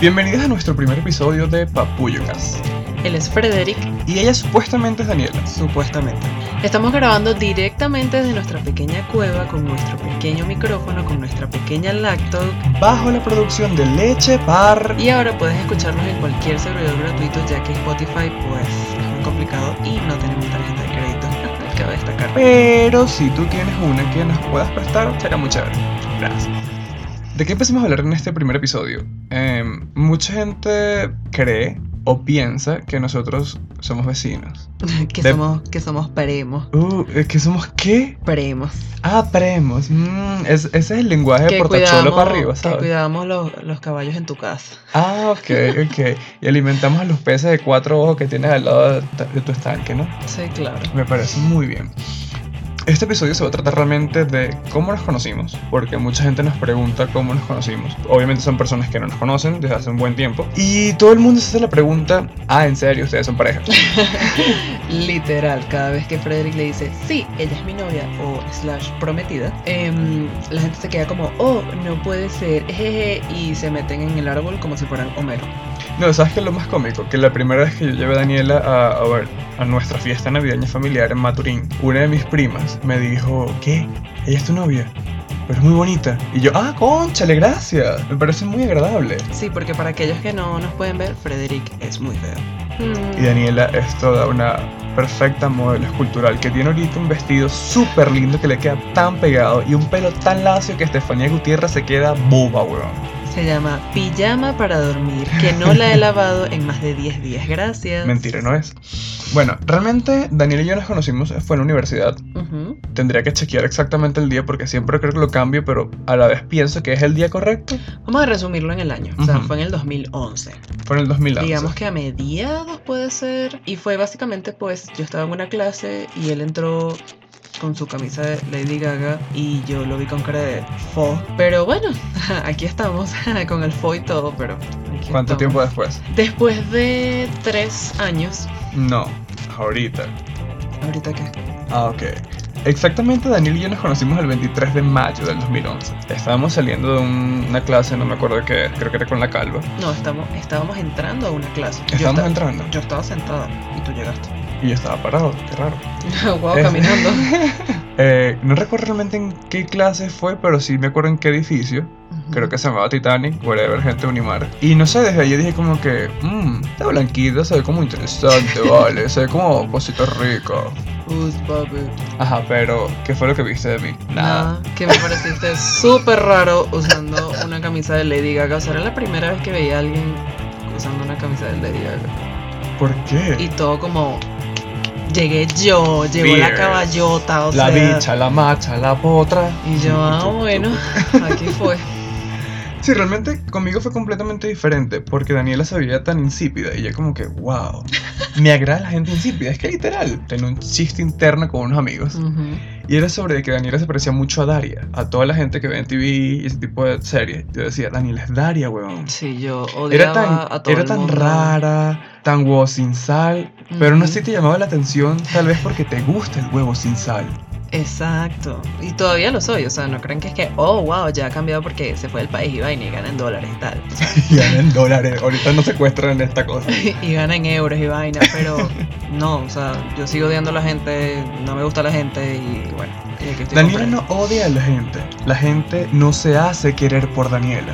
Bienvenidas a nuestro primer episodio de Papuyocas. Él es Frederick. Y ella supuestamente es Daniela. Supuestamente. Estamos grabando directamente desde nuestra pequeña cueva con nuestro pequeño micrófono, con nuestra pequeña laptop. Bajo la producción de Leche Par. Y ahora puedes escucharnos en cualquier servidor gratuito, ya que Spotify, pues, es muy complicado y no tenemos tarjeta de crédito. Cabe destacar. Pero si tú tienes una que nos puedas prestar, será muy chévere. Gracias. ¿De qué empezamos a hablar en este primer episodio? Em, mucha gente cree o piensa que nosotros somos vecinos. que, De- somos, que somos paremos. Uh, ¿es ¿que somos qué? Paremos. Ah, premos. Mm, es- ese es el lenguaje de portachuelo para arriba, que ¿sabes? cuidamos los, los caballos en tu casa. Ah, ok, ok. Y alimentamos a los peces de cuatro ojos que tienes al lado de ta- de tu estanque, ¿no? Sí, claro. Me parece muy bien. Este episodio se va a tratar realmente de cómo nos conocimos, porque mucha gente nos pregunta cómo nos conocimos. Obviamente son personas que no nos conocen desde hace un buen tiempo. Y todo el mundo se hace la pregunta, ah, en serio, ustedes son pareja. Literal, cada vez que Frederick le dice, sí, ella es mi novia o slash prometida, em, la gente se queda como, oh, no puede ser, jeje, y se meten en el árbol como si fueran Homero. No, ¿sabes qué es lo más cómico? Que la primera vez que yo llevé a Daniela a, a ver, a nuestra fiesta navideña familiar en Maturín, una de mis primas me dijo, ¿qué? ¿Ella es tu novia? Pero es muy bonita. Y yo, ah, conchale, gracias. Me parece muy agradable. Sí, porque para aquellos que no nos pueden ver, Frederick es muy feo. Y Daniela es toda una perfecta modelo escultural que tiene ahorita un vestido súper lindo que le queda tan pegado y un pelo tan lacio que Estefanía Gutiérrez se queda boba, weón. Se llama Pijama para dormir, que no la he lavado en más de 10 días, gracias. Mentira, ¿no es? Bueno, realmente Daniela y yo nos conocimos, fue en la universidad. Ujú. Tendría que chequear exactamente el día porque siempre creo que lo cambio, pero a la vez pienso que es el día correcto. Vamos a resumirlo en el año, o sea, Ujú. fue en el 2011. Fue en el 2011. Digamos que a mediados puede ser. Y fue básicamente pues yo estaba en una clase y él entró con su camisa de Lady Gaga y yo lo vi con cara de fo. Pero bueno, aquí estamos con el fo y todo, pero... aquí ¿Cuánto estamos. tiempo después? Después de tres años. No, ahorita. Ahorita que... Ah, ok. Exactamente, Daniel y yo nos conocimos el 23 de mayo del 2011. Estábamos saliendo de un- una clase, no me acuerdo qué, creo que era con la calva. No, estamos, estábamos entrando a una clase. Yo Estábamos estaba- entrando Yo estaba sentada y tú llegaste. y yo estaba parado, qué raro. wow, Es- caminando. Eh, no recuerdo realmente en qué clase fue, pero sí me acuerdo en qué edificio. Creo que se llamaba Titanic, whatever, gente de Unimar. Y no sé, desde ahí dije como que, mmm, está blanquita, se ve como interesante, vale, se ve como cosita rica. Who's Bobby? Ajá, pero, ¿qué fue lo que viste de mí? Nada, que me pareciste súper raro usando una camisa de Lady Gaga. O sea, era la primera vez que veía a alguien usando una camisa de Lady Gaga. ¿Por qué? Y todo como, llegué yo, llegó la Fierce. caballota, o La sea. bicha, la macha, la potra. Y yo, ah, bueno, aquí fue. Sí, realmente conmigo fue completamente diferente porque Daniela se veía tan insípida y yo como que, wow, me agrada la gente insípida, es que literal, tenía un chiste interno con unos amigos Ujú. y era sobre que Daniela se parecía mucho a Daria, a toda la gente que ve en TV y ese tipo de series. Yo decía, Daniela es Daria, weón. Sí, yo odiaba Era tan, a todo era el tan mundo. rara, tan huevo sin sal, pero no Ujú. así te llamaba la atención, tal vez porque te gusta el huevo sin sal. Exacto. Y todavía lo soy. O sea, no crean que es que, oh, wow, ya ha cambiado porque se fue del país y vaina y gana en dólares y tal. O sea, Y en dólares, ahorita no secuestran esta cosa. y gana en euros y vaina, pero no, o sea, yo sigo odiando a la gente, no me gusta la gente y bueno. y aquí estoy Daniela no comprando. odia a la gente. La gente no se hace querer por Daniela.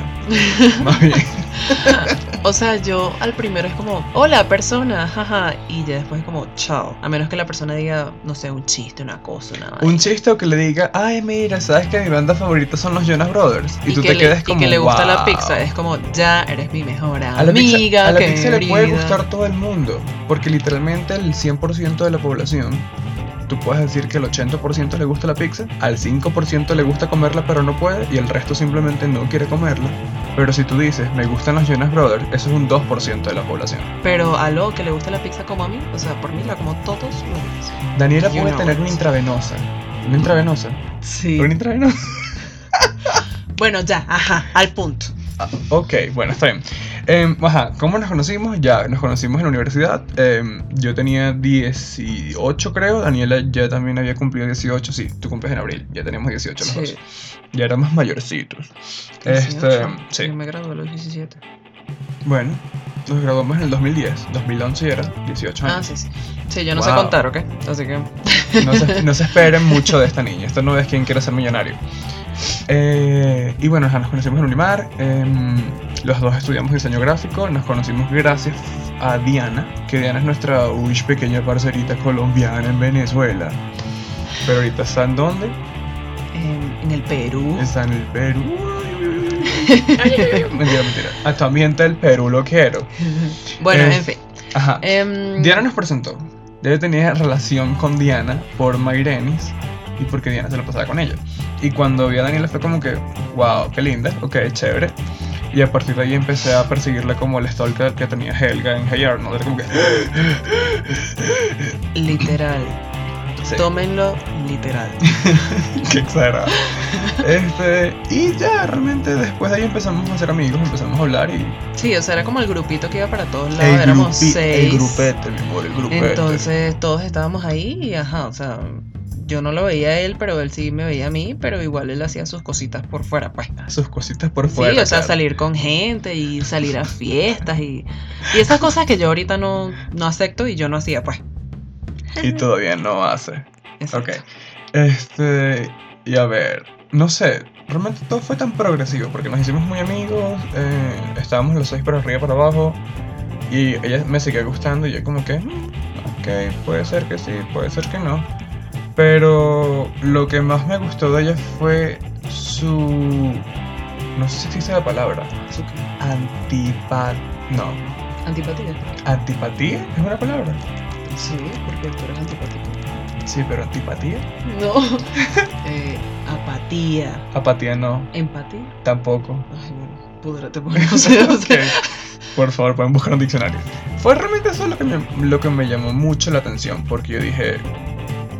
Más bien. O sea, yo al primero es como, hola persona, jaja, y ya después es como, chao. A menos que la persona diga, no sé, un chiste, una cosa, una vaina. Un chiste o que le diga, ay, mira, sabes que mi banda favorita son los Jonas Brothers. Y, tú que te le- quedas como. y que le gusta la "Wow". pizza, es como, ya eres mi mejor amiga. A la pizza, a la querida". pizza le puede gustar todo el mundo. Porque literalmente el 100% de la población. Tú puedes decir que el 80% le gusta la pizza, al 5% le gusta comerla pero no puede y el resto simplemente no quiere comerla. Pero si tú dices, me gustan los Jonas Brothers, eso es un 2% de la población. Pero a lo que le gusta la pizza como a mí, o sea, por mí la como todos los días. Daniela You puede know tener it. una intravenosa. ¿Una intravenosa? Sí. ¿Una intravenosa? Bueno, ya, ajá, al punto. Ah, ok, bueno, está bien. Em, ajá, ¿cómo nos conocimos? Ya, nos conocimos en la universidad. Em, yo tenía 18, creo. Daniela ya también había cumplido 18. Sí, tú cumples en abril. Ya teníamos 18 los dos. Ya éramos mayorcitos. Este, 18. sí. Yo me gradué a los 17. Bueno, nos graduamos en el 2010, 2011 era 18 Ah, años. sí, sí. Sí, yo no sé Wow. contar, ¿ok? Así que. No se, no se esperen mucho de esta niña. Esto no es quien quiere ser millonario. Eh, y bueno, ajá, nos conocimos en Unimar. em, los dos estudiamos diseño gráfico. Nos conocimos gracias a Diana, que Diana es nuestra uy, pequeña parcerita colombiana en Venezuela. Pero ahorita está en dónde? em, En, en el Perú. Está en el Perú. Uh. mentira, mentira. Actualmente el Perú lo quiero. bueno, es- en fin. Ajá. Em, Diana nos presentó. Yo tenía relación con Diana por Mairenis y porque Diana se la pasaba con ella. Y cuando vi a Daniela fue como que, wow, qué linda, ok, chévere. Y a partir de ahí empecé a perseguirla como el stalker que tenía Helga en Hey Arnold. Era como que, Literal. sí, Tómenlo literal. qué exagerada. Este, y ya realmente después de ahí empezamos a ser amigos, empezamos a hablar y. Sí, o sea, era como el grupito que iba para todos lados. Éramos grupi- seis. el grupete, mi amor, el grupete. Entonces todos estábamos ahí y ajá, o sea, yo no lo veía a él, pero él sí me veía a mí, pero igual él hacía sus cositas por fuera, pues. Sus cositas por Sí, fuera. o sea, claro. salir con gente y salir a fiestas y, y esas cosas que yo ahorita no, no acepto y yo no hacía, pues. Y todavía no hace. Ok. Exacto. Este. Y a ver, no sé, realmente todo fue tan progresivo porque nos hicimos muy amigos, eh, estábamos los seis para arriba, para abajo, y ella me seguía gustando y yo, como que, "Mm, ok, puede ser que sí, puede ser que no. Pero lo que más me gustó de ella fue su. No sé si existe la palabra. Su- Antipat. No. Antipatía. ¿Antipatía? ¿Es una palabra? Sí, porque tú eres antipático. Sí, pero antipatía. No. Eh, apatía. Apatía no, Empatía. tampoco. Ay, bueno, pudrete, pues, no sé, o sea. Ok. Por favor, pueden buscar un diccionario. Fue realmente eso lo que, me, lo que me llamó mucho la atención, porque yo dije,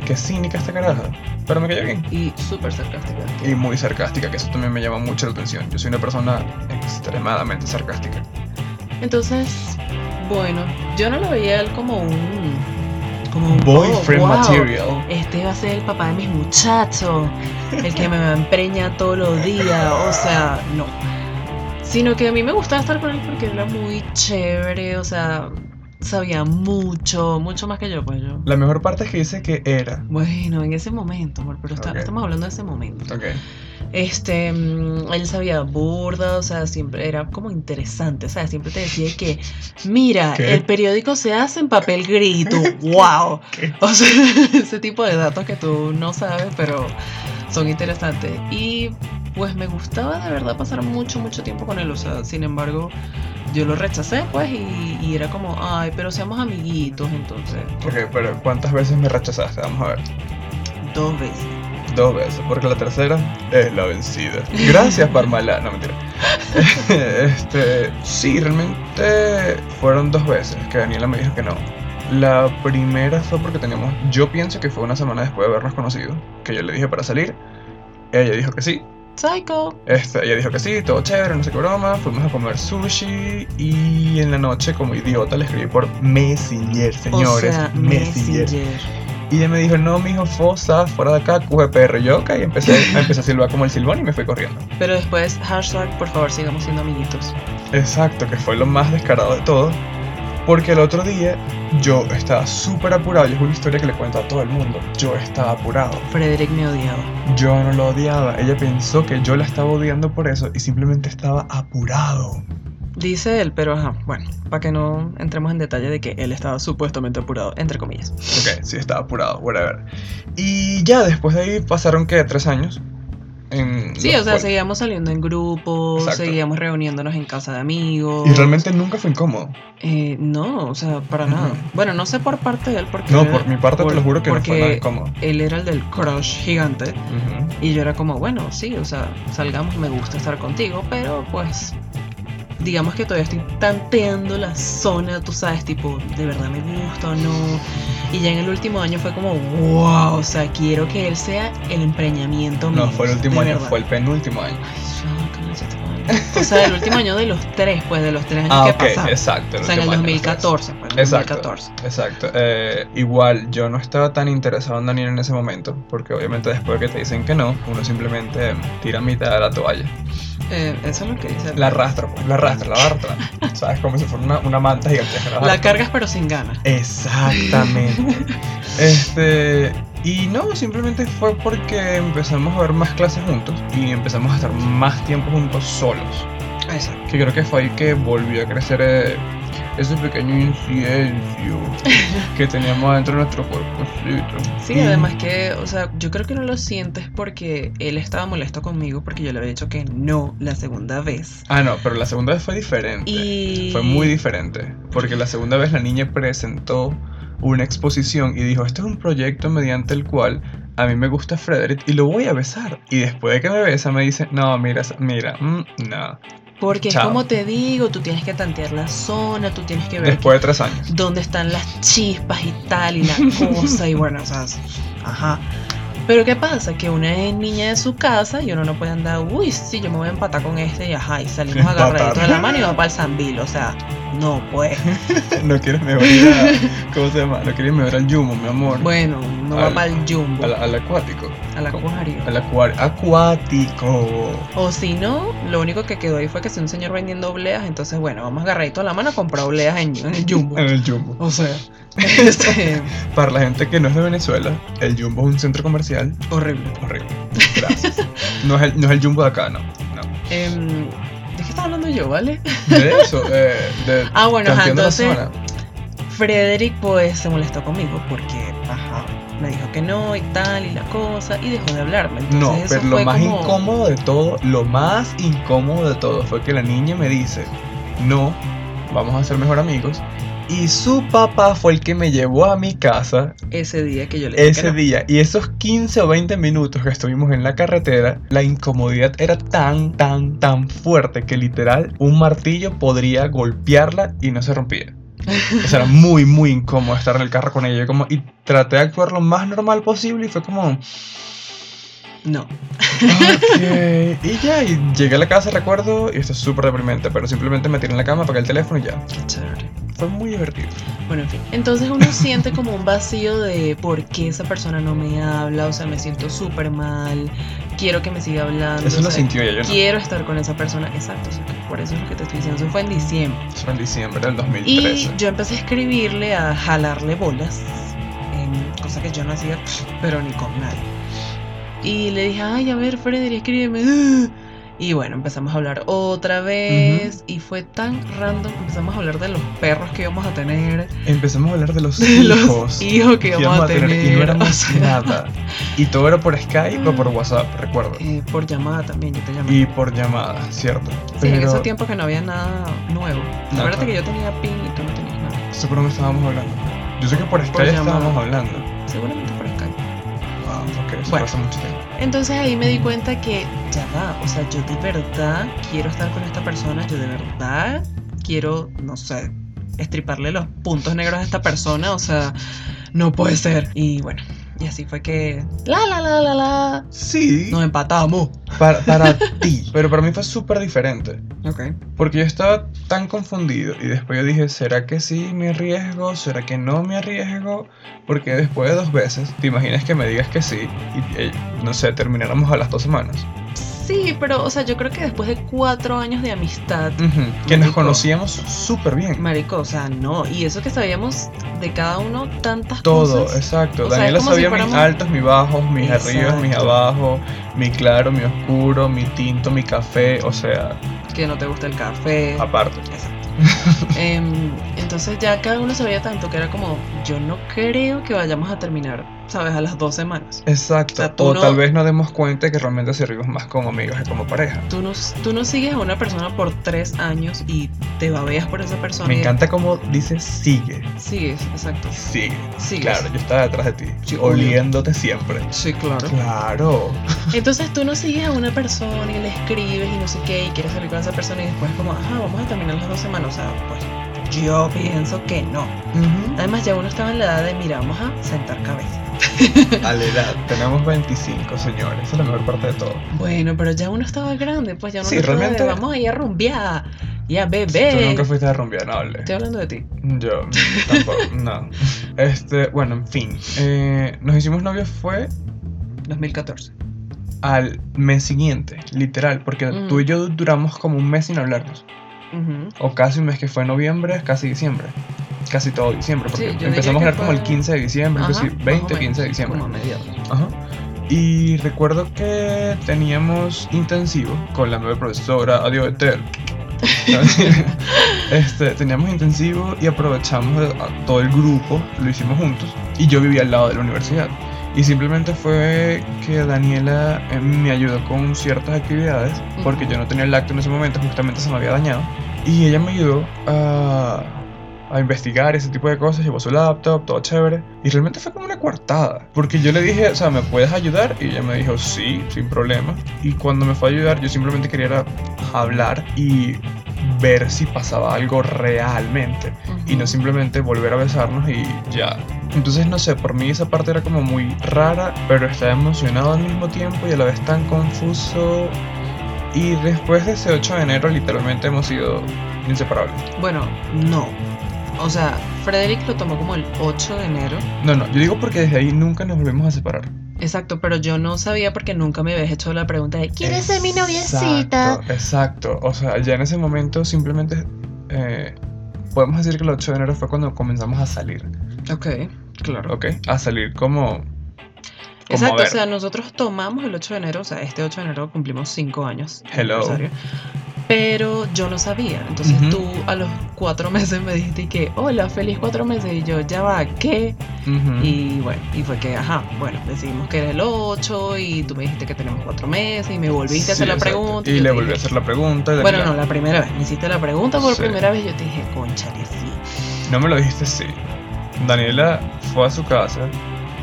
qué cínica esta caraja, pero me cayó bien. Y súper sarcástica. Y muy sarcástica, que eso también me llama mucho la atención. Yo soy una persona extremadamente sarcástica. Entonces, bueno, yo no lo veía a él como un. Como un Boyfriend "Oh, wow, material. Este va a ser el papá de mis muchachos, el que me va a empreñar todos los días, o sea, no. Sino que a mí me gustaba estar con él porque era muy chévere, o sea, sabía mucho, mucho más que yo, pues yo. La mejor parte es que dice que era. Bueno, en ese momento, amor, pero está- Ok. estamos hablando de ese momento. Ok. Este, mm, él sabía burda, o sea, siempre era como interesante, o sea, siempre te decía que, mira, ¿Qué? el periódico se hace en papel gris y tú, wow. ¿Qué? O sea, ese tipo de datos que tú no sabes, pero son interesantes. Y pues me gustaba de verdad pasar mucho, mucho tiempo con él, o sea, sin embargo, yo lo rechacé, pues, y, y era como, ay, pero seamos amiguitos, entonces, Ok, pero ¿cuántas veces me rechazaste? Vamos a ver. dos veces. Dos veces, porque la tercera es la vencida. Gracias, Parmalá. No, mentira. este, sí, realmente fueron dos veces que Daniela me dijo que no. La primera fue porque teníamos, yo pienso que fue una semana después de habernos conocido, que yo le dije para salir. Ella dijo que sí, Psycho. este, ella dijo que sí, todo chévere, no sé qué broma. Fuimos a comer sushi y en la noche, como idiota, le escribí por Messenger, señores. o sea, Messenger. Messenger. Y ella me dijo, no, mijo, fosa, fuera de acá, QGPR perro. Y yo, ok, y empecé, empecé a silbar como el silbón y me fui corriendo. Pero después, hashtag, por favor, sigamos siendo amiguitos. Exacto, que fue lo más descarado de todo. Porque el otro día yo estaba súper apurado, y es una historia que le cuento a todo el mundo. Yo estaba apurado, Frederick me odiaba. yo no lo odiaba. Ella pensó que yo la estaba odiando por eso y simplemente estaba apurado. Dice él, pero ajá, bueno, para que no entremos en detalle de que él estaba supuestamente apurado, entre comillas. Ok, sí, estaba apurado, whatever. Y ya después de ahí pasaron, ¿qué? ¿Tres años? En Sí, los o sea, cuales- seguíamos saliendo en grupo, Exacto. seguíamos reuniéndonos en casa de amigos. Y realmente nunca fue incómodo. Eh, no, o sea, para Ujú. nada. Bueno, no sé por parte de él, porque. No, él- por mi parte te Ah, por- lo juro que no fue porque nada incómodo. Él era el del crush gigante. Ujú. Y yo era como, bueno, sí, o sea, salgamos, me gusta estar contigo, pero pues digamos que todavía estoy tanteando la zona, tú sabes, tipo, de verdad me gusta o no. Y ya en el último año fue como, wow, o sea, quiero que él sea el empreñamiento mío. No, fue el último de año, verdad. fue el penúltimo año. Ay, ya, concha tu madre. O sea, el último año de los tres, pues, de los tres años Ah, que ok, pasaron. exacto. O sea, en el último año, entonces. 2014, pues, en el Exacto. 2014. Exacto. Eh, igual, yo no estaba tan interesado en Daniel en ese momento, porque obviamente después de que te dicen que no, uno simplemente tira mitad de la toalla. Eh, eso es lo que dice. La arrastra, pues, la arrastra, la arrastra. ¿Sabes? Como si fuera una, una manta gigantesca. La cargas pero sin ganas. Exactamente. este. Y no, simplemente fue porque empezamos a ver más clases juntos y empezamos a estar más tiempo juntos solos. Exacto. Que creo que fue ahí que volvió a crecer eh, ese pequeño incienso que teníamos dentro de nuestro cuerpocito. Sí, Y- además que, o sea, yo creo que no lo sientes porque él estaba molesto conmigo porque yo le había dicho que no la segunda vez. Ah, no, pero la segunda vez fue diferente. Y. Fue muy diferente, porque la segunda vez la niña presentó una exposición y dijo, este es un proyecto mediante el cual a mí me gusta Frederick y lo voy a besar. Y después de que me besa me dice, no, mira, sa- mira, mm, no. Porque Chao. es como te digo, tú tienes que tantear la zona, tú tienes que ver Después de tres años. dónde están las chispas y tal y la cosa y bueno, o sea, ajá. Pero ¿qué pasa? Que una es niña de su casa y uno no puede andar, uy, sí, yo me voy a empatar con este y ajá, y salimos Empatar. agarraditos de la mano y vamos para el Sambil, o sea, no, pues. no quieres me voy a ir a- ¿Cómo se llama? No quieres me voy a ir al Yumo, mi amor. Bueno, no va Al- para el Jumbo, Al, al acuático. al acuario. Al acuar- acuático. O si no, lo único que quedó ahí fue que si un señor vendiendo obleas, entonces bueno, vamos agarraditos de la mano a comprar obleas en, en el Jumbo. En el Jumbo. O sea, este, Para la gente que no es de Venezuela, el Jumbo es un centro comercial horrible. horrible. Gracias. No es el, no es el Jumbo de acá, no. no. Em, ¿De qué estaba hablando yo, vale? De eso, eh, de Ah, bueno, ajá, tanteando la entonces zona. Frederick pues se molestó conmigo porque ajá, me dijo que no y tal y la cosa y dejó de hablarme. Entonces, No, eso pero fue lo más como- incómodo de todo, lo más incómodo de todo fue que la niña me dice, no, vamos a ser mejor amigos. Y su papá fue el que me llevó a mi casa Ese día que yo le dije. que ese no. día. Y esos 15 o 20 minutos que estuvimos en la carretera, la incomodidad era tan, tan, tan fuerte que literal un martillo podría golpearla y no se rompía. O sea, era muy, muy incómodo estar en el carro con ella. Yo como, y traté de actuar lo más normal posible y fue como, No. Ok, y ya, y llegué a la casa, recuerdo, y esto es súper deprimente, pero simplemente me tiré en la cama, apagué el teléfono y ya. Qué chévere. Fue muy divertido. Bueno, en fin. Entonces uno siente como un vacío de por qué esa persona no me habla, o sea, me siento súper mal, quiero que me siga hablando. Eso o lo sea, sintió ella, yo no. Quiero estar con esa persona, exacto, o sea, que por eso es lo que te estoy diciendo, eso fue en diciembre. Eso fue en diciembre del Y 2013. yo empecé a escribirle, a jalarle bolas, em, cosa que yo no hacía, pero ni con nadie. Y le dije, ay, a ver, Frederick, escríbeme. ugh". Y bueno, empezamos a hablar otra vez. Y fue tan random. Empezamos a hablar de los perros que íbamos a tener, Empezamos a hablar de los de los hijos. hijos que que íbamos, íbamos a tener, y no o éramos sea, nada. Y todo era por Skype o por WhatsApp, recuerdo. eh, por llamada también, yo te llamé. Y por llamada, ¿cierto? Sí, en Pero- esos tiempos que no había nada nuevo. Acuérdate claro. que yo tenía ping y tú no tenías nada. Eso por dónde estábamos hablando. Yo sé que por Skype llamada. estábamos hablando. Seguramente por Skype. Wow, ok, eso Bueno. pasa mucho tiempo. Entonces ahí me di cuenta que ya va, o sea, yo de verdad quiero estar con esta persona, yo de verdad quiero, no sé, estriparle los puntos negros a esta persona, o sea, no puede ser. Y bueno, y así fue que la la la la la Sí, nos empatamos. para, para ti. Pero para mí fue súper diferente. Ok. Porque yo estaba tan confundido y después yo dije, ¿será que sí me arriesgo? ¿Será que no me arriesgo? Porque después de dos veces, te imaginas que me digas que sí y, eh, no sé, termináramos a las dos semanas. Sí, pero o sea, yo creo que después de cuatro años de amistad, Ujú, Que nos Marico. conocíamos súper bien. marico, o sea, no, y eso que sabíamos de cada uno tantas Todo, cosas. exacto. o sea, es Daniela como si sabía mis fuéramos- altos, mis bajos, mis arribas, mis Exacto. abajos, mi claro, mi oscuro, mi tinto, mi café, o sea, Que no te gusta el café. aparte. Exacto. Em, entonces ya cada uno sabía tanto que era como, yo no creo que vayamos a terminar, ¿sabes? A las dos semanas. Exacto. O sea, tú o no- tal vez nos demos cuenta que realmente servimos más como amigos que como pareja. Tú no, tú no sigues a una persona por tres años y te babeas por esa persona. Me y- encanta cómo dice sigue, Sigues, exacto. sigue. Sigues. Claro, yo estaba detrás de ti, Sí, obvio. oliéndote siempre. Sí, claro. Claro. Entonces tú no sigues a una persona y le escribes y no sé qué y quieres salir con esa persona y después como, ajá, vamos a terminar las dos semanas. O sea, pues yo pienso que no. Además ya uno estaba en la edad de, mira, vamos a sentar cabeza. A la edad. Tenemos 25, señores. Esa es la mejor parte de todo. Bueno, pero ya uno estaba grande, pues ya uno Sí, estaba de, realmente- vamos a ir a rumbear y a Tú beber. nunca fuiste a rumbear, no hable. Estoy hablando de ti. Yo tampoco, no. Este, bueno, en fin. Eh, nos hicimos novios fue 2014. al mes siguiente, literal, porque Ujú. tú y yo duramos como un mes sin hablarnos, Ujú. o casi un mes que fue noviembre, casi diciembre, casi todo diciembre, porque Sí, yo diría empezamos a que hablar como el fue- 15 de diciembre, Ajá, inclusive más o 20, menos, 15 de diciembre. Como a mediados. Ajá. Y recuerdo que teníamos intensivo con la nueva profesora, adiós Eter. este, teníamos intensivo y aprovechamos a- a todo el grupo, lo hicimos juntos y yo vivía al lado de la universidad. Y simplemente fue que Daniela eh, me ayudó con ciertas actividades porque Ujú. yo no tenía el lacto en ese momento, justamente se me había dañado. Y ella me ayudó a, a investigar ese tipo de cosas, llevó su laptop, todo chévere. Y realmente fue como una coartada. Porque yo le dije, o sea, ¿me puedes ayudar? Y ella me dijo, sí, sin problema. Y cuando me fue a ayudar, yo simplemente quería era hablar y ver si pasaba algo realmente. Y no Ujú. simplemente volver a besarnos y ya. Entonces, no sé, por mí esa parte era como muy rara, pero estaba emocionado al mismo tiempo y a la vez tan confuso. Y después de ese 8 de enero, literalmente hemos sido inseparables. Bueno, no. O sea, Frederick lo tomó como el 8 de enero. No, no, yo digo porque desde ahí nunca nos volvimos a separar. Exacto, pero yo no sabía porque nunca me habías hecho la pregunta de ¿Quieres ser mi noviecita? Exacto, exacto. O sea, ya en ese momento simplemente eh, podemos decir que el 8 de enero fue cuando comenzamos a salir, Ok, claro. ¿ok? A salir como. Como a Exacto, o ver. sea, nosotros tomamos el 8 de enero, o sea, este 8 de enero cumplimos 5 años. de Hello. aniversario, Pero yo no sabía. Entonces Ujú. tú a los 4 meses me dijiste que, hola, feliz 4 meses. Y yo, ya va, ¿qué? Ujú. Y bueno, y fue que, ajá, bueno, decidimos que era el 8 y tú me dijiste que tenemos 4 meses y me volviste a hacer Sí, la exacto. pregunta. Y yo le te volví a dije- hacer la pregunta. y Bueno, Daniela, no, la primera vez. Me hiciste la pregunta por Sí. primera vez y yo te dije, conchale, sí. No me lo dijiste sí. Daniela fue a su casa,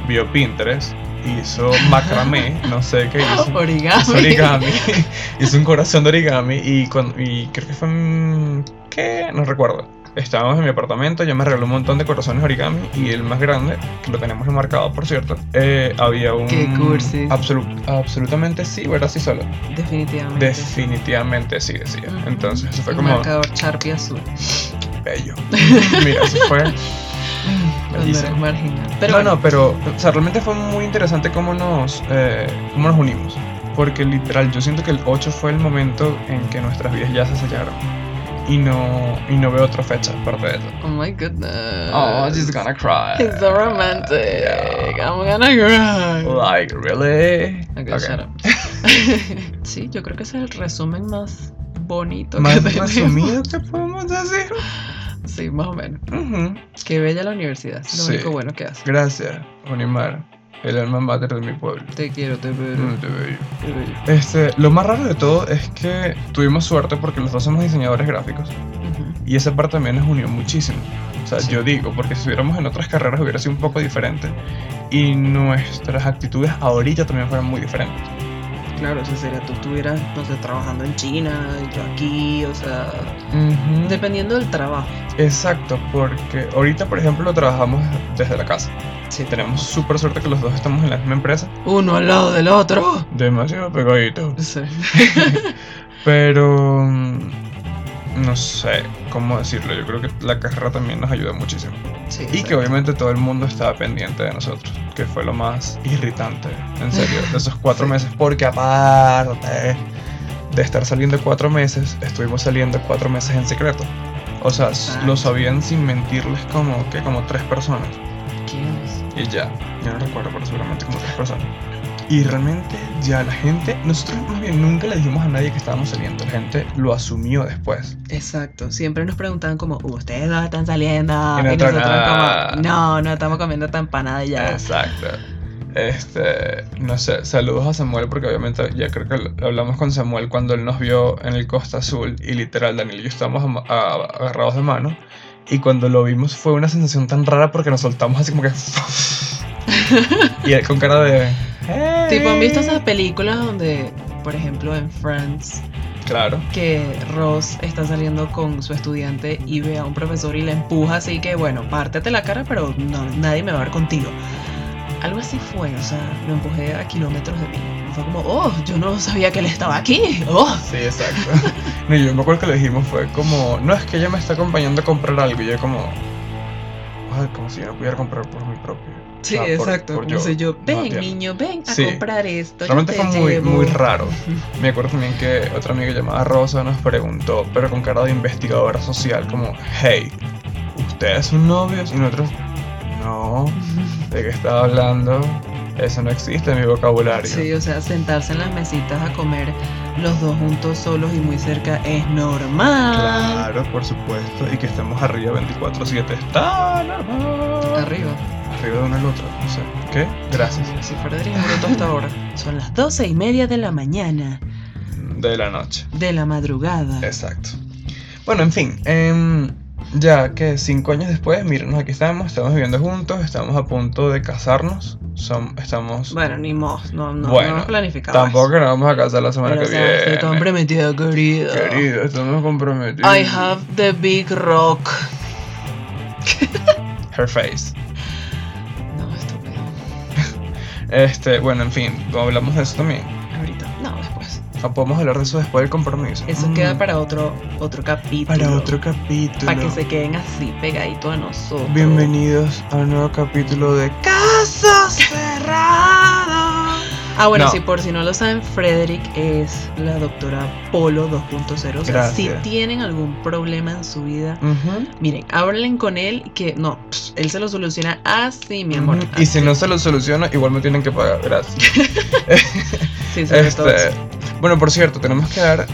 vio Pinterest, hizo macramé, no sé qué hizo. Origami. Hizo origami, hizo un corazón de origami y, cuan- y creo que fue en... ¿Qué? No recuerdo. Estábamos en mi apartamento, yo me regaló un montón de corazones origami y el más grande, que lo tenemos enmarcado por cierto, eh, había un... Qué cursis. absolu- absolutamente sí, ¿verdad? Sí solo. Definitivamente. Definitivamente sí, decía. Ujú. Entonces, eso fue Un como... marcador Sharpie azul. bello. Mira, eso fue. Cuando eres Bellísimo. marginal. Pero no, bueno, no, pero o sea, realmente fue muy interesante cómo nos, eh, cómo nos unimos. Porque literal, yo siento que el 8 fue el momento en que nuestras vidas ya se sellaron. Y no, y no veo otra fecha aparte de eso. Oh my goodness. Oh, she's gonna cry. It's so romantic. Yeah. I'm gonna cry. Like, really? Ok, Ok. shut up. sí, yo creo que ese es el resumen más bonito que Más tenemos. resumido que podemos decir. Sí, más o menos. Ujú. Qué bella la universidad. Es lo Sí. único bueno que hace. Gracias, Unimar, el alma mater de mi pueblo. Te quiero, te veo. Mm, te veo. Te veo. Este, lo más raro de todo es que tuvimos suerte porque los dos somos diseñadores gráficos Ujú. y esa parte también nos unió muchísimo. O sea, Sí. yo digo, porque si estuviéramos en otras carreras hubiera sido un poco diferente y nuestras actitudes ahorita también fueran muy diferentes. Claro, o sea, sería tú estuvieras, no sé, trabajando en China, yo aquí, o sea, dependiendo del trabajo. Exacto, porque ahorita, por ejemplo, trabajamos desde la casa. Sí, Tenemos súper suerte que los dos estamos en la misma empresa. uno al lado del otro. Demasiado pegadito. Sí. Pero mm, no sé cómo decirlo. Yo creo que la carrera también nos ayuda muchísimo. Sí, Y que exacto. obviamente todo el mundo estaba pendiente de nosotros, que fue lo más irritante, en serio, de esos cuatro Sí. meses. Porque aparte de estar saliendo cuatro meses, estuvimos saliendo cuatro meses en secreto. O sea, s- lo Exacto. sabían sin mentirles como que como tres personas. ¿Quién es? Y ya, yo no recuerdo, pero seguramente como tres personas. Y realmente ya la gente, nosotros más bien nunca le dijimos a nadie que estábamos saliendo, la gente lo asumió después. Exacto, siempre nos preguntaban como, "Uh, ustedes dos están saliendo, Y y nosotros, nosotros "Ah". como, no, no estamos comiendo esta empanada y ya. Exacto. Este, no sé, saludos a Samuel porque obviamente ya creo que lo- hablamos con Samuel cuando él nos vio en el Costa Azul y literal Daniel y yo estábamos ama- a- agarrados de mano y cuando lo vimos fue una sensación tan rara porque nos soltamos así como que y él con cara de "Hey". Tipo, ¿han visto esas películas donde, por ejemplo, en Friends, Claro. que Ross está saliendo con su estudiante y ve a un profesor y le empuja así que, bueno, pártete la cara, pero no, nadie me va a ver contigo? Algo así fue, o sea, lo empujé a kilómetros de mí. Fue como, oh, yo no sabía que él estaba aquí, oh. Sí, exacto. No, yo me acuerdo que le dijimos fue como, no es que ella me está acompañando a comprar algo y yo como, ay, como si yo no pudiera comprar por mi propio. Sí, Ah, por- exacto. por como yo. soy yo, No ven atiendo. niño, ven a Sí. comprar esto. yo Realmente te fue muy, llevo". muy raro. Me acuerdo también que otra amiga llamada Rosa nos preguntó, pero con cara de investigadora social, como, hey, ¿ustedes son novios? Y nosotros, no, ¿de qué estaba hablando? Eso no existe en mi vocabulario. Sí, o sea, sentarse en las mesitas a comer los dos juntos solos y muy cerca es normal. Claro, por supuesto, y que estemos arriba 24-7 está normal. Arriba. Arriba de uno al otro, no sé. ¿Qué? Gracias. Si fuera de minutos hasta ahora. Son las doce y media de la mañana, De la noche. de la madrugada. Exacto. Bueno, en fin, em, ya que cinco años después, mírenos, aquí estamos, estamos viviendo juntos, estamos a punto de casarnos, son- estamos... Bueno, ni mos, no, no, Bueno, no hemos planificado. tampoco nos vamos a casar la eso. semana Pero, o que sea, este estoy viene. comprometido, querido. Querido, estamos comprometidos. I have the big rock. Her face. No, estúpido. Este, bueno, en fin, no hablamos de eso también. Ahorita. No, después. No podemos hablar de eso después del compromiso. Eso Mm, queda para otro, otro capítulo. para otro capítulo. Para que se queden así pegaditos a nosotros. Bienvenidos a un nuevo capítulo de Casos Cerrados. Ah, bueno, No. sí, por si no lo saben, Frederick es la doctora Polo 2.0. O sea, Gracias. si tienen algún problema en su vida, Ujú. miren, hablen con él que no, pss, él se lo soluciona así, mi amor. Ujú, Y si no se lo soluciona, igual me tienen que pagar. Gracias. Sí, sobre todo este, eso. bueno, por cierto, tenemos que dar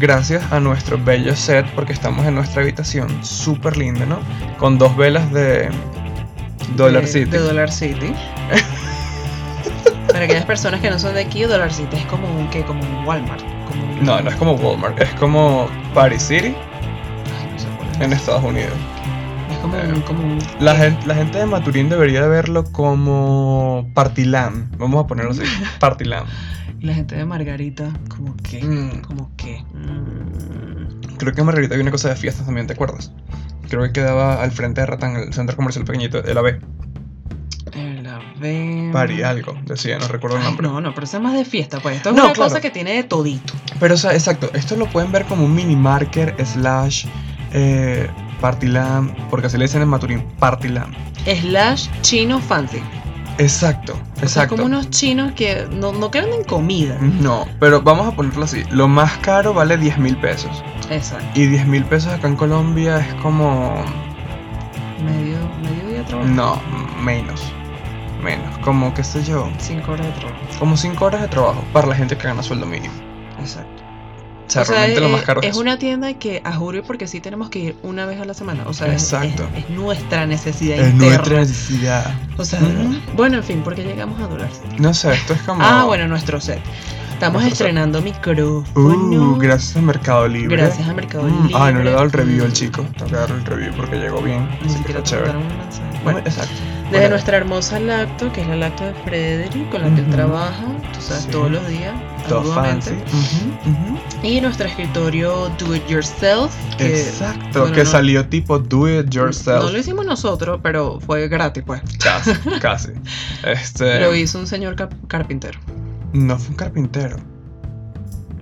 gracias a nuestro bello set porque estamos en nuestra habitación súper linda, ¿no? Con dos velas de Dollar de, City. De Dollar City. Para aquellas personas que no son de aquí, Dollar City es como un que, como un Walmart. Como un- No, no es como Walmart, es como Paris City Ay, no sé cuál es. en Estados Unidos. Es como un, como un- La, gen- la gente de Maturín debería verlo como Partilán. Vamos a ponerlo así, Partilán. la gente de Margarita, como que, Mm. como que. mm, Creo que en Margarita había una cosa de fiestas también, ¿te acuerdas? Creo que quedaba al frente de Ratán, el centro comercial pequeñito, el AB. el ave- Pari algo, decía, no recuerdo el Em, Ay, nombre. no, no, pero eso es más de fiesta, pues. Esto es No, una claro. cosa que tiene de todito. Pero, o sea, exacto, esto lo pueden ver como un mini marker slash eh, Partilán, porque así le dicen en Maturín, Partilán. Slash chino fancy. Exacto, exacto. Mm. O sea, como unos chinos que no, no que venden comida. No, pero vamos a ponerlo así. Lo más caro vale 10 mil pesos. Exacto. Y 10 mil pesos acá en Colombia es como... Medio, medio día de trabajo. No, menos. Menos. Como, qué sé yo, Cinco horas de trabajo. como 5 horas de trabajo para la gente que gana sueldo mínimo. Exacto. O sea, realmente lo más caro es, eh, es eso. una tienda que, a juro, y porque sí tenemos que ir una vez a la semana. O sea, es- Exacto. Es, es nuestra necesidad Es interna. nuestra necesidad. O sea, Ujú. bueno, en fin, porque llegamos a dólares. No sé, esto es como... Ah, bueno, nuestro set. Nuestro Estamos set. estrenando micrófono. Uh, gracias a Mercado Libre. Gracias a Mercado Mm, Libre. Ay, no le he dado el review al chico. Tengo que darle el review porque llegó bien. Ni Así que siquiera está te chévere. mandaron un mensaje. Bueno, Bueno, exacto. desde bueno. nuestra hermosa lacto, que es la lacto de Frederick, con la que él Ujú. trabaja, tú sabes, Sí. todos los días, Todo arduamente. fancy. Ujú, ujú. Y nuestro escritorio Do It Yourself, que Exacto. bueno, que no- salió tipo do it yourself. no lo hicimos nosotros, pero fue gratis, pues. Casi, casi. Este. Lo hizo un señor cap- carpintero. No fue un carpintero.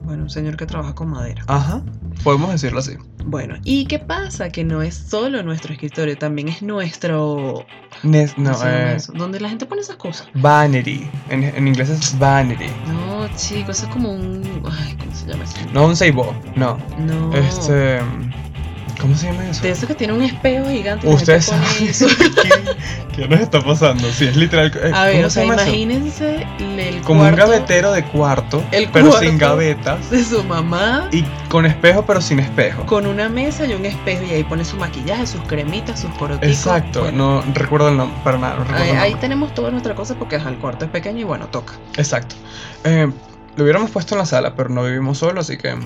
Bueno, un señor que trabaja con madera. Ajá. Podemos decirlo así. Bueno, ¿y qué pasa? Que no es solo nuestro escritorio, también es nuestro... Ne- no, ¿cómo se llama eh, eso? Donde la gente pone esas cosas. Vanity. En, en inglés es vanity. No, chico, eso es como un... Ay, ¿cómo se llama eso? No un seibo. No. No. Este. ¿Cómo se llama eso? De eso que tiene un espejo gigante. y la gente Ustedes pone saben eso. qué, qué nos está pasando. Sí, es literal. eh, A ver, ¿cómo o sea, se llama eso? imagínense el Como un cuarto gavetero de cuarto, El pero cuarto. sin gavetas. de su mamá Y con espejo, pero sin espejo. con una mesa y un espejo y ahí pone su maquillaje, sus cremitas, sus coroticos. Exacto, Bueno, no recuerdo el nombre, para nada, no recuerdo Ahí, el ahí nombre. tenemos todas nuestras cosas porque ajá, el cuarto es pequeño y bueno, toca. Exacto. Eh, lo hubiéramos puesto en la sala, pero no vivimos solo, así que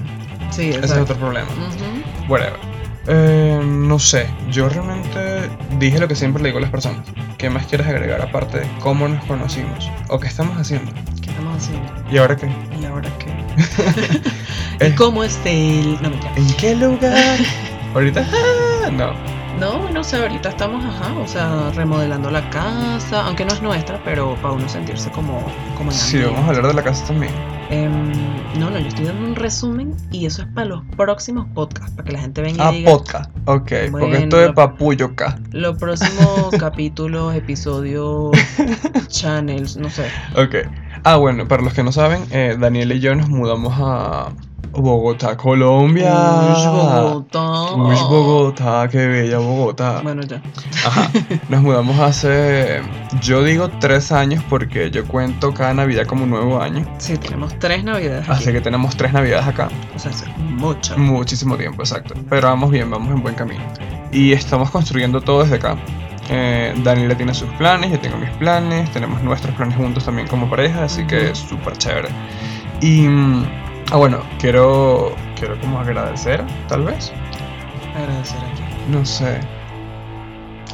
Sí, ese es exacto. otro problema. Ujú. Whatever. Eh, no sé, yo realmente dije lo que siempre le digo a las personas. ¿Qué más quieres agregar aparte de cómo nos conocimos? ¿O qué estamos haciendo? ¿Qué estamos haciendo? ¿Y ahora qué? ¿Y ahora qué? ¿Y Eh, cómo es el...? No, mentira. ¿En qué lugar? ¿Ahorita? Ah, no. No, bueno, o sea, ahorita estamos, ajá, o sea, remodelando la casa, aunque no es nuestra, pero para uno sentirse como, como en Sí, ambiente. vamos a hablar de la casa también. Em, no, no, yo estoy dando un resumen y eso es para los próximos podcasts, para que la gente venga Ah, y diga podcast. Ok, porque Bueno, esto es la- papuyo acá. los próximos capítulos, episodios, channels, no sé. Ok. Ah, bueno, para los que no saben, eh, Daniel y yo nos mudamos a Bogotá, Colombia. Ush, Bogotá. Uy, Bogotá, qué bella Bogotá. Bueno, ya. Ajá. Nos mudamos hace, yo digo tres años porque yo cuento cada Navidad como un nuevo año. Sí, tenemos tres navidades aquí. Así que tenemos tres Navidades acá. O sea, es mucho. Mm. Muchísimo tiempo, exacto. Pero vamos bien, vamos en buen camino. Y estamos construyendo todo desde acá. Eh, Daniela tiene sus planes, yo tengo mis planes, tenemos nuestros planes juntos también como pareja, así que Ujú. es súper chévere. Y mm, ah, bueno, quiero, quiero como agradecer, tal vez, Agradecer aquí no sé,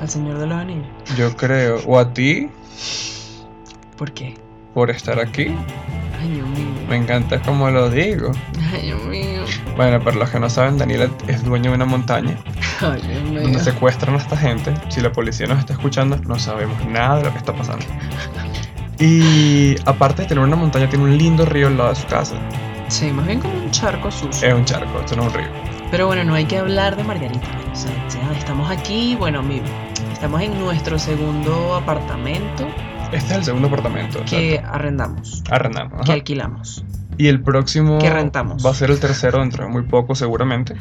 al Señor de los Anillos. yo creo, o a ti ¿Por qué? por estar aquí. Ay, Dios mío. Me encanta como lo digo. Ay, Dios mío. Bueno, para los que no saben, Daniela es dueño de una montaña Ay, Dios mío. donde secuestran a esta gente. Si la policía nos está escuchando, no sabemos nada de lo que está pasando. Y aparte de tener una montaña, tiene un lindo río al lado de su casa. Sí, más bien como un charco sucio. Es un charco, esto no es un río. Pero bueno, no hay que hablar de Margarita. O sea, ya estamos aquí, bueno, mi- estamos en nuestro segundo apartamento Este es el segundo apartamento. que exacto. arrendamos, Arrendamos. que ajá. alquilamos. Y el próximo que rentamos. va a ser el tercero dentro de muy poco seguramente.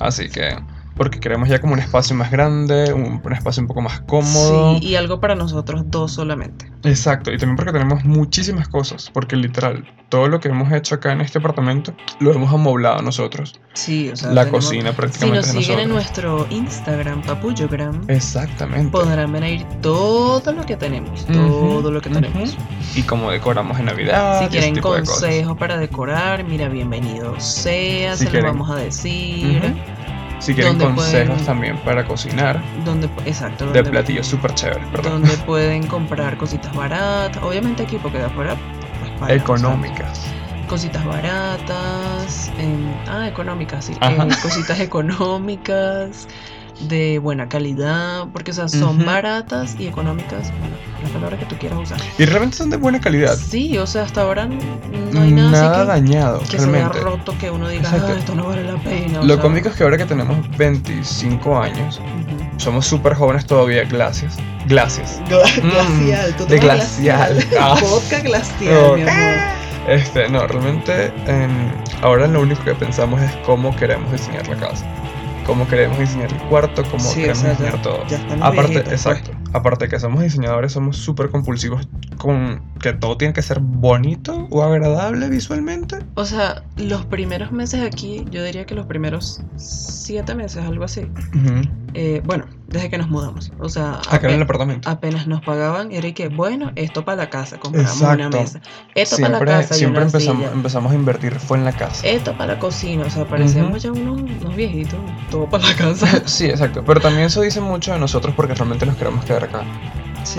Así que, porque queremos ya como un espacio más grande, un, un espacio un poco más cómodo. Sí, y algo para nosotros dos solamente. Exacto, y también porque tenemos muchísimas cosas, porque literal, todo lo que hemos hecho acá en este apartamento lo hemos amoblado nosotros. Sí, o sea, la tenemos- cocina Si nos prácticamente es siguen de en nosotros. Eh. nuestro Instagram, Papuyogram, Exactamente. podrán ver ahí todo lo que tenemos, Ujú, todo lo que tenemos. ujú. Y como decoramos en Navidad. y Si ese quieren tipo de cosas. consejos para decorar, mira, bienvenido sea, Si se los quieren. vamos a decir. Ujú. Si quieren ¿Dónde consejos pueden- también para cocinar, donde, exacto, de donde- platillos súper chéveres, perdón. donde pueden comprar cositas baratas. Obviamente aquí porque de afuera pues, paga, Económicas. o sea, cositas baratas. em, ah, económicas, sí. Ajá. em, cositas económicas de buena calidad. Porque, o sea, son Ujú. baratas y económicas. Bueno, la palabra que tú quieras usar. Y realmente son de buena calidad. Sí, o sea, hasta ahora n- no hay nada, Nada así dañado, que, que se vea realmente. roto que uno diga, Exacto. "Ah, esto no vale la pena. o Lo sea, cómico es que ahora que tenemos 25 años, ujú. somos súper jóvenes todavía, gracias. Gracias. Gla- Mm, glacial, tú de tomas glacial. Ah. Vodka glacial, Oh. mi amor. Este, no, realmente em, ahora lo único que pensamos es cómo queremos diseñar la casa, cómo queremos diseñar el cuarto, cómo Sí, queremos o sea, ya- diseñar todo. Ya estamos Aparte, viejitos, pues. exacto. Aparte que somos diseñadores, somos súper compulsivos con que todo tiene que ser bonito o agradable visualmente. O sea, los primeros meses aquí, yo diría que los primeros siete meses, algo así. eh, bueno, desde que nos mudamos. O sea, Acá en el ape- apartamento. apenas nos pagaban, era y que, bueno, esto para la casa, compramos una Exacto. mesa. Esto para la Siempre, casa, y siempre una empezamos, silla. Eh. empezamos a invertir, fue en la casa. Esto para la cocina, o sea, parecemos ya unos, unos viejitos, todo para la casa. Sí, exacto. Pero también eso dice mucho de nosotros porque realmente nos queremos quedar acá. Sí,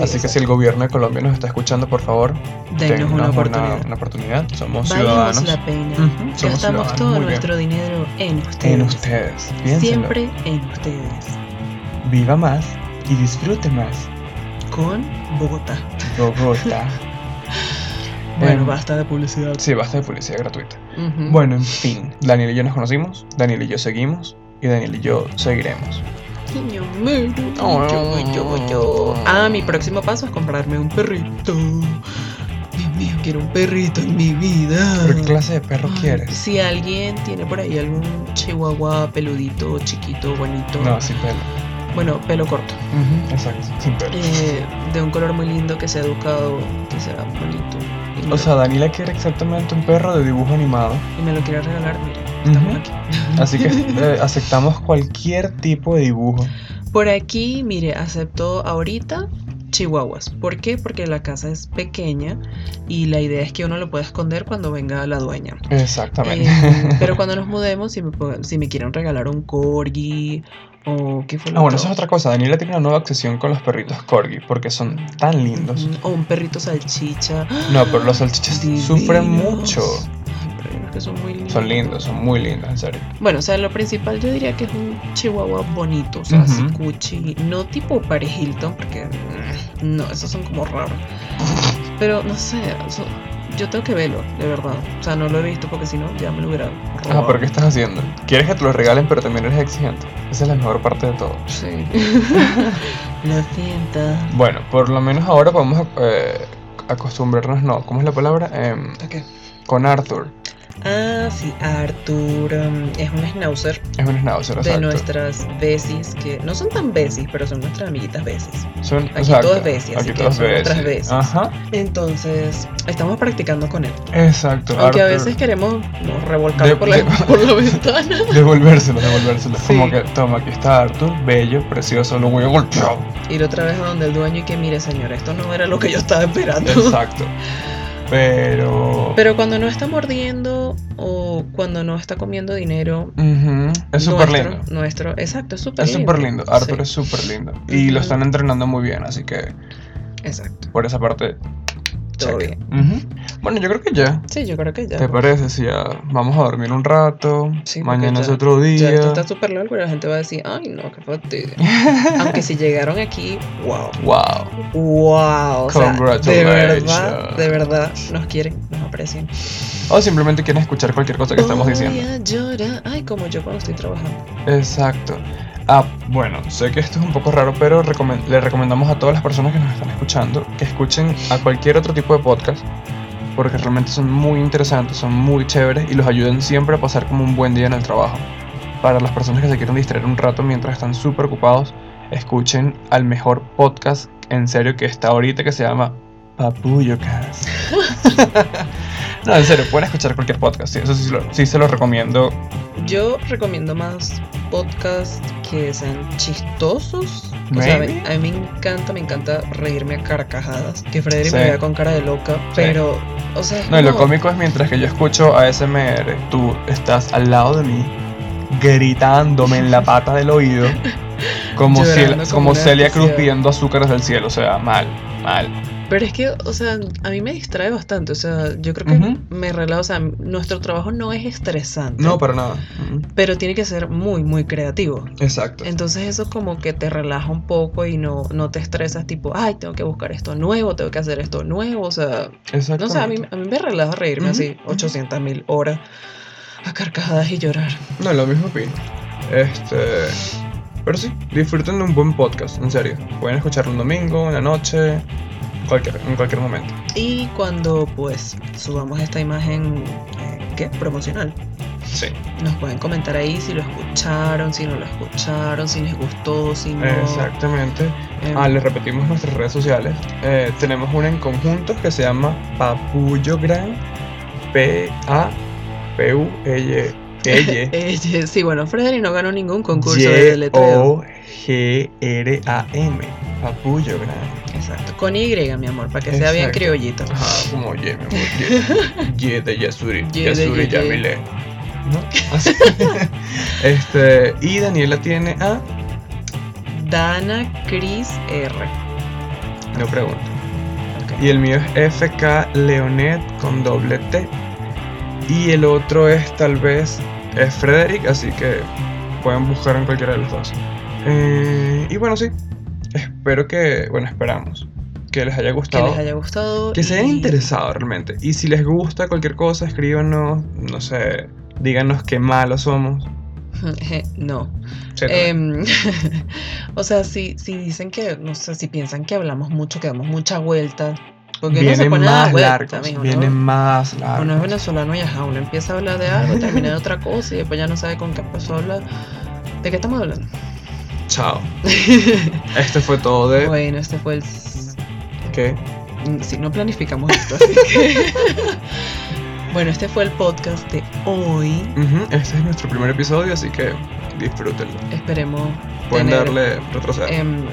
Así que exacto. si el gobierno de Colombia nos está escuchando, por favor, Denos una Una, oportunidad. oportunidad. Somos Valemos ciudadanos. la pena. Ujú, somos Gastamos ciudadanos, todo muy bien. nuestro dinero en ustedes. En ustedes. Piénsenlo. Siempre en ustedes. Viva más y disfrute más. Con Bogotá. Bogotá. Bueno, Em, basta de publicidad. Sí, basta de publicidad gratuita. Ujú. Bueno, en fin. Daniel y yo nos conocimos, Daniel y yo seguimos y Daniel y yo seguiremos. Yo me- yo- yo- yo- yo. Ah, mi próximo paso es comprarme un perrito. Dios mío, quiero un perrito en mi vida. ¿Pero qué clase de perro Ah. Ay, quieres? Si alguien tiene por ahí algún chihuahua peludito, chiquito, bonito. No, sin pelo. Bueno, pelo corto. Ujú, Exacto, sin pelo. eh, de un color muy lindo, que sea educado, que sea bonito. Y me, O lo- sea, Daniela quiere exactamente un perro de dibujo animado. y me lo quiere regalar, mira, estamos Ujú. aquí. Así que eh, aceptamos cualquier tipo de dibujo. Por aquí, mire, acepto ahorita chihuahuas. ¿Por qué? Porque la casa es pequeña y la idea es que uno lo pueda esconder cuando venga la dueña. Exactamente. Eh, pero cuando nos mudemos, si me, pueden- si me quieren regalar un corgi o qué fue lo Ah, bueno, otro? eso es otra cosa. Daniela tiene una nueva obsesión con los perritos corgi porque son tan lindos. Ujú, O un perrito salchicha. No, pero los salchichas Divinos. sufren mucho. Ay, pero hay unos que que son muy lindos. Son lindos, son muy lindos, en serio. Bueno, o sea, lo principal yo diría que es un chihuahua bonito, o sea, así Ujú. cuchi, no tipo Paris Hilton, porque mm, no, esos son como raros. Pero no sé, o sea, yo tengo que verlo, de verdad. O sea, no lo he visto porque si no, ya me lo hubiera Ah, robado. pero ¿qué estás haciendo? Quieres que te lo regalen, pero también eres exigente. Esa es la mejor parte de todo. Sí. lo siento. Bueno, por lo menos ahora podemos eh, acostumbrarnos, no, ¿cómo es la palabra? Em, Ok. con Arthur. Ah, sí, Arthur um, es un schnauzer Es un schnauzer, de exacto. nuestras besis, que no son tan besis, pero son nuestras amiguitas besis. Son- Aquí todo es Bessie, así Aquí que todo es son otras Bessie. Bessies. Ajá, Entonces, estamos practicando con él. exacto. Aunque a Arthur. veces queremos no, revolcarlo De- por, la, de- por la ventana. Devolvérselo, devolvérselo. Sí. Como que, toma, aquí está Arthur, bello, precioso, lo voy a golpear. Ir otra vez a donde el dueño y que mire, señor, esto no era lo que yo estaba esperando. Exacto. Pero. Pero cuando no está mordiendo o cuando no está comiendo dinero. Ujú, Es súper nuestro- lindo. Nuestro, exacto, es súper Es lindo. súper lindo. Arthur Sí, es súper lindo. Y lo están entrenando muy bien, así que Exacto, por esa parte. todo check. bien. Ujú. Bueno, yo creo que ya. Sí, yo creo que ya. ¿Te parece si ya vamos a dormir un rato? Sí, porque mañana ya- es otro Ya, día. esto está súper largo y la gente va a decir, ay no, qué fastidio. Aunque si llegaron aquí, wow, Wow. wow. O sea, de verdad, Congratulations. de verdad, nos quieren, nos aprecian. O simplemente quieres escuchar cualquier cosa que estamos diciendo. Voy a llorar. Ay, como yo cuando estoy trabajando. Exacto. Ah, bueno, sé que esto es un poco raro, pero recomen- le recomendamos a todas las personas que nos están escuchando que escuchen a cualquier otro tipo de podcast, porque realmente son muy interesantes, son muy chéveres y los ayudan siempre a pasar como un buen día en el trabajo. Para las personas que se quieren distraer un rato mientras están súper ocupados, escuchen al mejor podcast en serio que está ahorita que se llama Papuyocast. no, en serio, pueden escuchar cualquier podcast, sí, eso sí, lo- sí se los recomiendo Yo recomiendo más podcasts que sean chistosos. O sea, a mí, Maybe. a mí me encanta, me encanta reírme a carcajadas. Que Frederick Sí. me vea con cara de loca, pero, o sea, es No, y lo como- cómico es mientras que yo escucho ASMR, tú estás al lado de mí, gritándome en la pata del oído, como, Llorando Ciel- como como una Celia Cruz desquiciada. pidiendo azúcares del cielo, o sea, mal, mal. Pero es que, o sea, a mí me distrae bastante. O sea, yo creo que Ujú. me relaja. O sea, nuestro trabajo no es estresante. No, para nada. pero tiene que ser muy, muy creativo. Exacto. Entonces eso como que te relaja un poco y no, no te estresas tipo, ay, tengo que buscar esto nuevo, tengo que hacer esto nuevo. O sea, Exacto. no sé, a mí, a mí me relaja reírme Ujú, así ujú. 800 mil horas a carcajadas y llorar. No, lo mismo opino. Este. Pero sí, disfruten de un buen podcast, en serio. Pueden escucharlo un domingo, en la noche, cualquier, en cualquier momento. Y cuando pues subamos esta imagen, eh, ¿qué? Promocional. Sí. Nos pueden comentar ahí si lo escucharon, si no lo escucharon, si les gustó, si no. Exactamente. Em, Ah, les repetimos nuestras redes sociales. Eh, tenemos una en conjunto que se llama Papuyo Gran. P-A-P-U-L-L. eh, sí, bueno, Frederick no ganó ningún concurso de E Oh. letreo. G-R-A-M. Papuyo Gran. Exacto, con Y, mi amor, para que sea bien Exacto. criollito. Ajá, como ye, mi amor. ye. Ye de Yasuri. Ye de Yasuri Ye, ye. Yamile. ¿No? Así. este, y Daniela tiene ah, a. Dana Cris R. No pregunto. Ok. Y el mío es FK Leonet con doble T. Y el otro es tal vez es Frederick, así que pueden buscar en cualquiera de los dos. Eh, y bueno, sí. Espero que, bueno, esperamos que les haya Que gustado. les haya gustado. Que se hayan y- interesado realmente. Y si les gusta cualquier cosa, escríbanos, no sé, díganos qué malos somos. Eh, no. Sí, también. Em, o sea, si, si dicen que, no sé, si piensan que hablamos mucho, que damos mucha vuelta. Porque uno se vienen pone a más dar vuelta, largos, mijo, vienen ¿no? más largos. Uno es venezolano y ajá, uno empieza a hablar de algo, termina de otra cosa y después ya no sabe con qué empezó a hablar. ¿De qué estamos hablando? Chao. Este fue todo de... Bueno, este fue el. s- ¿Qué? Si no planificamos esto, así que. bueno, este fue el podcast de hoy. Ujú, Este es nuestro primer episodio, así que disfrútenlo. Esperemos Pueden tener darle retroceder, em,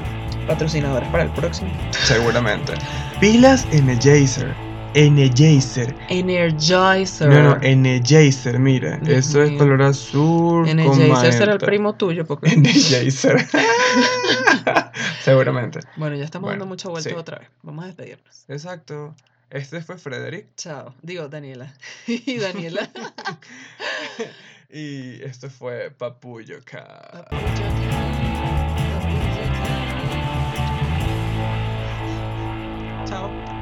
patrocinadores para el próximo. seguramente. Pilas Energizer. Energizer. Energizer. No, no, Energizer, mira. Dios eso es mío. color azul. con Energizer será el magenta. primo tuyo porque... Energizer. seguramente. Bueno, ya estamos Bueno, dando mucha vuelta sí. otra vez. Vamos a despedirnos. Exacto. Este fue Frederick Chao. Digo, Daniela. y Daniela. y esto fue Papuyo Cast. Papucho. Chao.